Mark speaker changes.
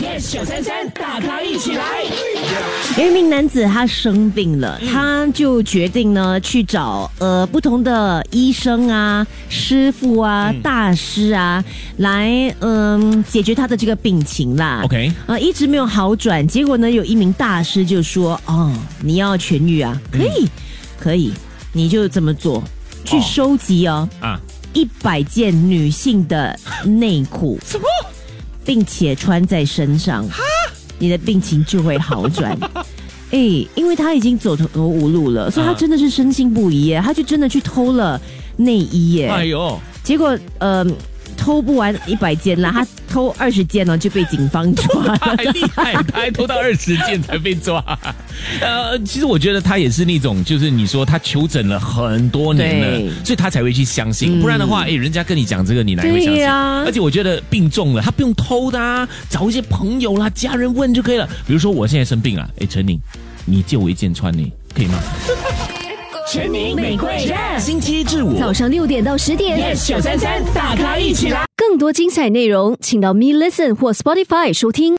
Speaker 1: yes 九三三，大咖一起来。
Speaker 2: 有一名男子他生病了，他就决定呢去找呃不同的医生啊、师傅啊、大师啊，来嗯、解决他的这个病情啦。
Speaker 1: OK
Speaker 2: 呃一直没有好转，结果呢有一名大师就说：“哦，你要痊愈啊，
Speaker 1: 嗯
Speaker 2: 可以，可以，你就这么做，去
Speaker 1: 哦
Speaker 2: 收集哦
Speaker 1: 啊，
Speaker 2: 一百件女性的内裤，
Speaker 1: 什么？
Speaker 2: 并且穿在身上，你的病情就会好 转。哎、因为他已经走投无路了，所以他
Speaker 1: 啊
Speaker 2: 真的是深信不疑耶，他就真的去偷了内衣耶，
Speaker 1: 哎呦，
Speaker 2: 结果呃偷不完一百件啦，他偷二十件呢哦就被警方抓了。
Speaker 1: 太厉害，他还偷到二十件才被 抓。呃，其实我觉得他也是那种，就是你说他求诊了很多年
Speaker 2: 对嗯
Speaker 1: 了，所以他才会去相信，不然的话，哎、人家跟你讲这个，你哪里会相
Speaker 2: 对
Speaker 1: 信？
Speaker 2: 呀
Speaker 1: 而且我觉得病重了，他不用偷的啊，找一些朋友啦、家人问就可以了。比如说我现在生病了，哎，陈宁，你借我一件穿你，可以吗？
Speaker 3: 全民玫瑰
Speaker 1: 星期一至五
Speaker 3: 早上六点到十点，
Speaker 2: 九三三，大咖一起来。
Speaker 3: 更多精彩内容，请到 Me Listen 或 Spotify 收听。